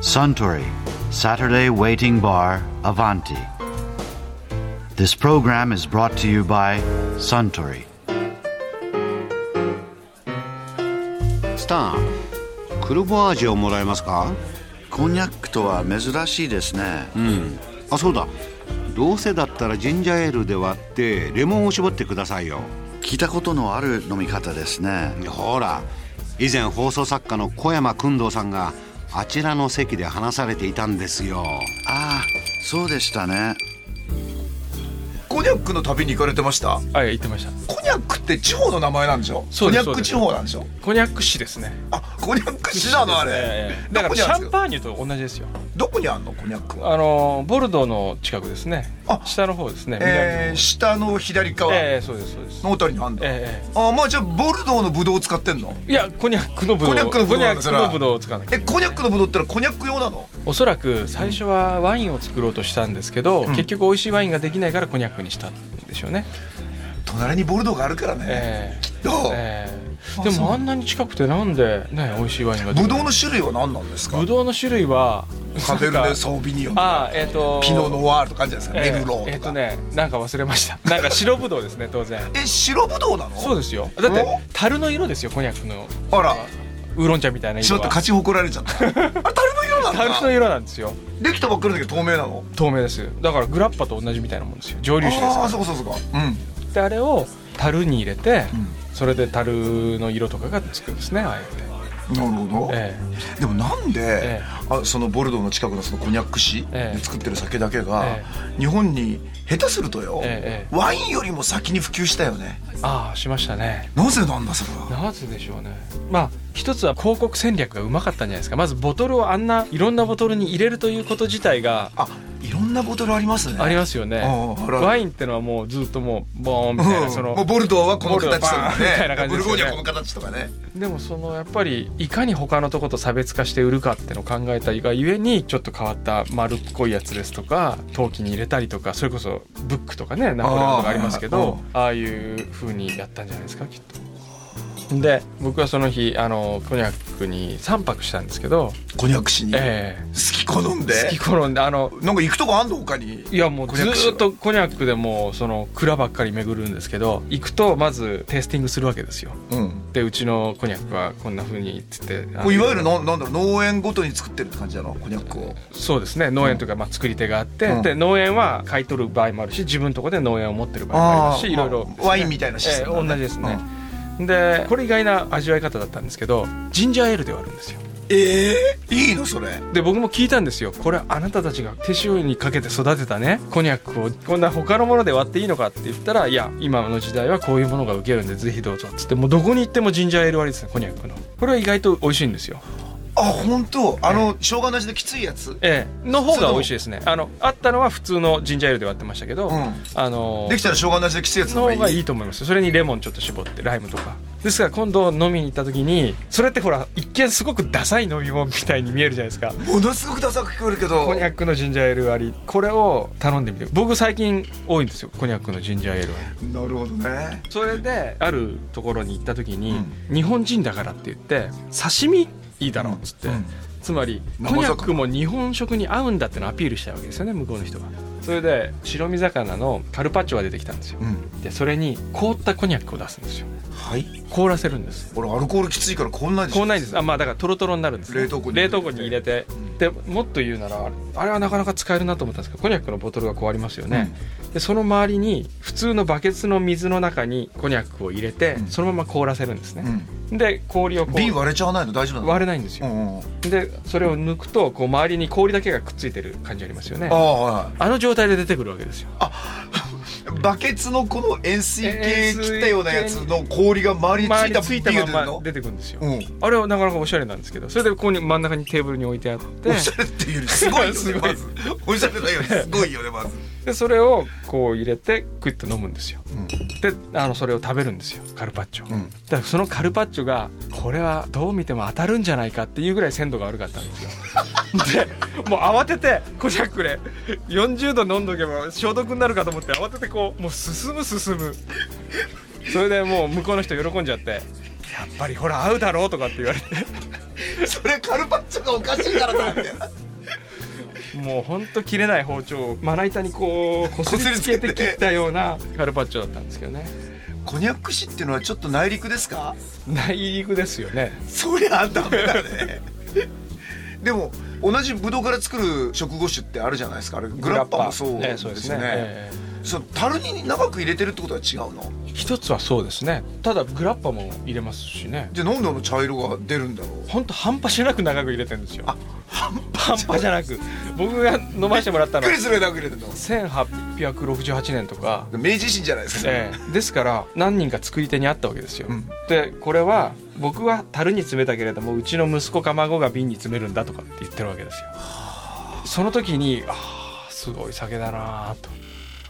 Suntory, Saturday Waiting Bar, Avanti. This program is brought to you by Suntory. Stan, クルボ味をもらえますかこんにゃくとは珍しいですね、あ、そうだ。どうせだったらジンジャーエールで割ってレモンを絞ってくださいよ。聞いたことのある飲み方ですねほら、以前放送作家の小山君堂さんがあちらの席で話されていたんですよ。ああそうでしたねコニャックの旅に行かれてましたはい、言ってました。コニャックって地方の名前なんでしょそうコニですャック地方なんでしょこにゃく市ですね。あコニャック市なのあれ、ええどだこからにシあるャんですンかパーニュと同じですよ。どこにあるのコニャックはあのーボルドーの近くですねあ。下の方ですね。南の方えー、下の左側えのえそうですそうです。あたりにあるんだ、ええあまあじゃあボルドーのブドウを使ってんのいやこにゃくのぶどう。こにゃくのぶどうこになんゃだくそれはのぶどうを使わなきゃえコニャックのブドウってのはコニャック用なのおそらく最初はワインを作ろうとしたんですけど、結局美味しいワインができないからこにゃくにしたんでしょうね。隣にボルドーがあるからね、ええきっと、ええあでそうもあんなに近くてなんでね美味しいワインができブない。ドウの種類は何なんですかぶどうの種類はカベルなんネ・かソービニオンとかああえっ、とピノ・ノワールとかあるじゃないですか、メルローとか、えーえーとねなんか忘れました なんか白ぶどうですね当然え白ブドウなのそうですよだってお樽の色ですよこにゃくのあらウーロン茶みたいなちょ色っとは勝ち誇られちゃったあれ樽の色なんだ樽の色なんですよできたばっかりだけど透明なの透明ですだからグラッパと同じみたいなもんですよ蒸留酒ですあかあそうかそうかそうかうんらであれを樽に入れて、それで樽の色とかがつくんですねああやってなるほど、えでもなんで、えあそのボルドーの近くのそのコニャック市ええで作ってる酒だけが、え日本に下手するとよ、ええワインよりも先に普及したよねえああしましたねなぜなんだそれはなぜでしょうねまあ一つは広告戦略がうまかったんじゃないですかまずボトルをあんないろんなボトルに入れるということ自体があいろんなボトルありますねありますよねあああるあるワインってのはもうずっともうボーンみたいな、うんそもうのボルドーはこの形とかボルドーはバーンみたいねな感ブじでルすゴよーニねャこの形とかねでもそのやっぱりいかに他のとこと差別化して売るかってのを考えたがゆえにちょっと変わった丸っこいやつですとか陶器に入れたりとかそれこそブックとかねナポレオンとかありますけどああいう風にやったんじゃないですかきっと。で僕はその日あのコニャックに3泊したんですけど、コニャック市に、ええ好き好んで好き好んであのなんか行くとこあんの他にいやもうコニずャック市はーっとコニャックでもうその蔵ばっかり巡るんですけど行くとまずテイスティングするわけですようんでうちのコニャックはこんな風にっつってあこのういわゆるのなんだろう農園ごとに作ってるって感じなのコニャックをそうですね農園というかまあ作り手があって、うんで農園は買い取る場合もあるし自分のとこで農園を持ってる場合もああるあしいろいろ、ワインみたいなシステムだええね同じですね、でこれ意外な味わい方だったんですけどジンジャーエールで割るんですよええいいのそれで僕も聞いたんですよこれあなたたちが手塩にかけて育てたねコニャックをこんな他のもので割っていいのかって言ったらいや今の時代はこういうものが受けるんでぜひどうぞっつってもうどこに行ってもジンジャーエール割りですねコニャックのこれは意外と美味しいんですよあ本当あの生姜なしできついやつええの方が美味しいですねあのあったのは普通のジンジャーエールで割ってましたけど、うんあのできたら生姜なしできついやつのの方方ががいいいいと思いますそれにレモンちょっと絞ってライムとかですから今度飲みに行った時にそれってほら一見すごくダサい飲み物みたいに見えるじゃないですかものすごくダサく聞こえるけこどにゃくのジンジャーエール割りこれを頼んでみて僕最近多いんですよこにゃくのジンジャーエール割りなるほどねそれであるところに行った時に、う日本人だからって言って刺身いいだろうっつって、うんつまり生魚こにゃくも日本食に合うんだってのをアピールしたわけですよね向こうの人がそれで白身魚のカルパッチョが出てきたんですようんでそれに凍ったこにゃくを出すんですよはい凍らせるんです俺アルコールきついからこんなでしょこうないんですあまあだからトロトロになるんです冷凍庫に冷凍庫に入れてでもっと言うならあれあれはなかなか使えるなと思ったんですけどコニャックのボトルがこうありますよね、でその周りに普通のバケツの水の中にコニャックを入れて、うんそのまま凍らせるんですうね、んで氷をこ瓶う割れちゃわないの大丈夫なの割れないんですうよ、んうんでそれを抜くとこう周りに氷だけがくっついてる感じありますよねああはいあの状態で出てくるわけですよバケツのこの円錐形切ったようなやつの氷が周りにつ周いりたについた瓶が出るままの出てくるんですよ、うんあれはなかなかおしゃれなんですけどそれでここに真ん中にテーブルに置いてあっておしゃれっていうよりすごいよ すねごいまずおしゃれだよねすごいよねまずでそれをこう入れてクイッと飲むんですよ、んであのそれを食べるんですよカルパッチョ、んだからそのカルパッチョがこれはどう見ても当たるんじゃないかっていうぐらい鮮度が悪かったんです よでもう慌ててこじゃくれ40度飲んどけば消毒になるかと思って慌ててこうもう進む進むそれでもう向こうの人喜んじゃってやっぱりほら合うだろうとかって言われて それカルパッチョがおかしいからだみたいなもうほんと切れない包丁をまな板にこうこすりつけて切ったようなカルパッチョだったんですけどねコニャック市っていうのはちょっと内陸ですか内陸ですよねそりゃダメだね でも同じブドウから作る食後酒ってあるじゃないですかあれグラッパもそうええですそうよでね,、すそねえの樽に長く入れてるってことは違うのえ一つはそうですねただグラッパも入れますしねじゃあなんであの茶色が出るんだろうほんと半端じゃなく長く入れてるんですよあ半半端じゃなく僕が飲ませてもらったびのっくはりするぐらい長く入れてんの1868年とか明治維新じゃないですか、ええですから何人か作り手にあったわけですよ、うんでこれは僕は樽に詰めたけれどもうちの息子か孫が瓶に詰めるんだとかって言ってるわけですよその時にああすごい酒だなあと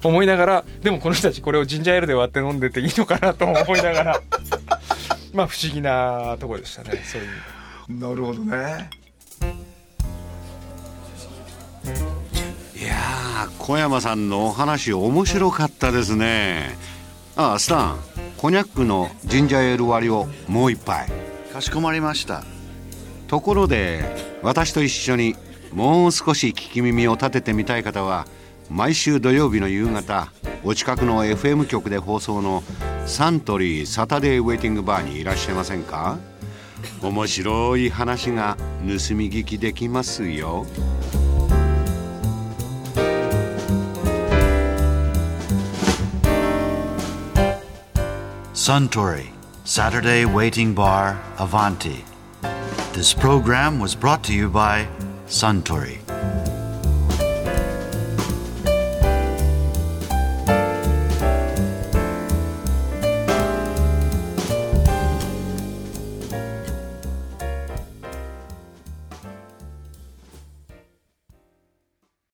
思いながらでもこの人たちこれをジンジャーエールで割って飲んでていいのかなとも思いながら まあ不思議なところでしたねそういうなるほどねいやー小山さんのお話面白かったですねああスタンコニャックのジンジャーエール割りをもう一杯かしこまりましたところで私と一緒にもう少し聞き耳を立ててみたい方は毎週土曜日の夕方お近くの FM 局で放送のサントリーサタデーウェイティングバーにいらっしゃいませんか面白い話が盗み聞きできますよ Suntory Saturday Waiting Bar Avanti. This program was brought to you by Suntory.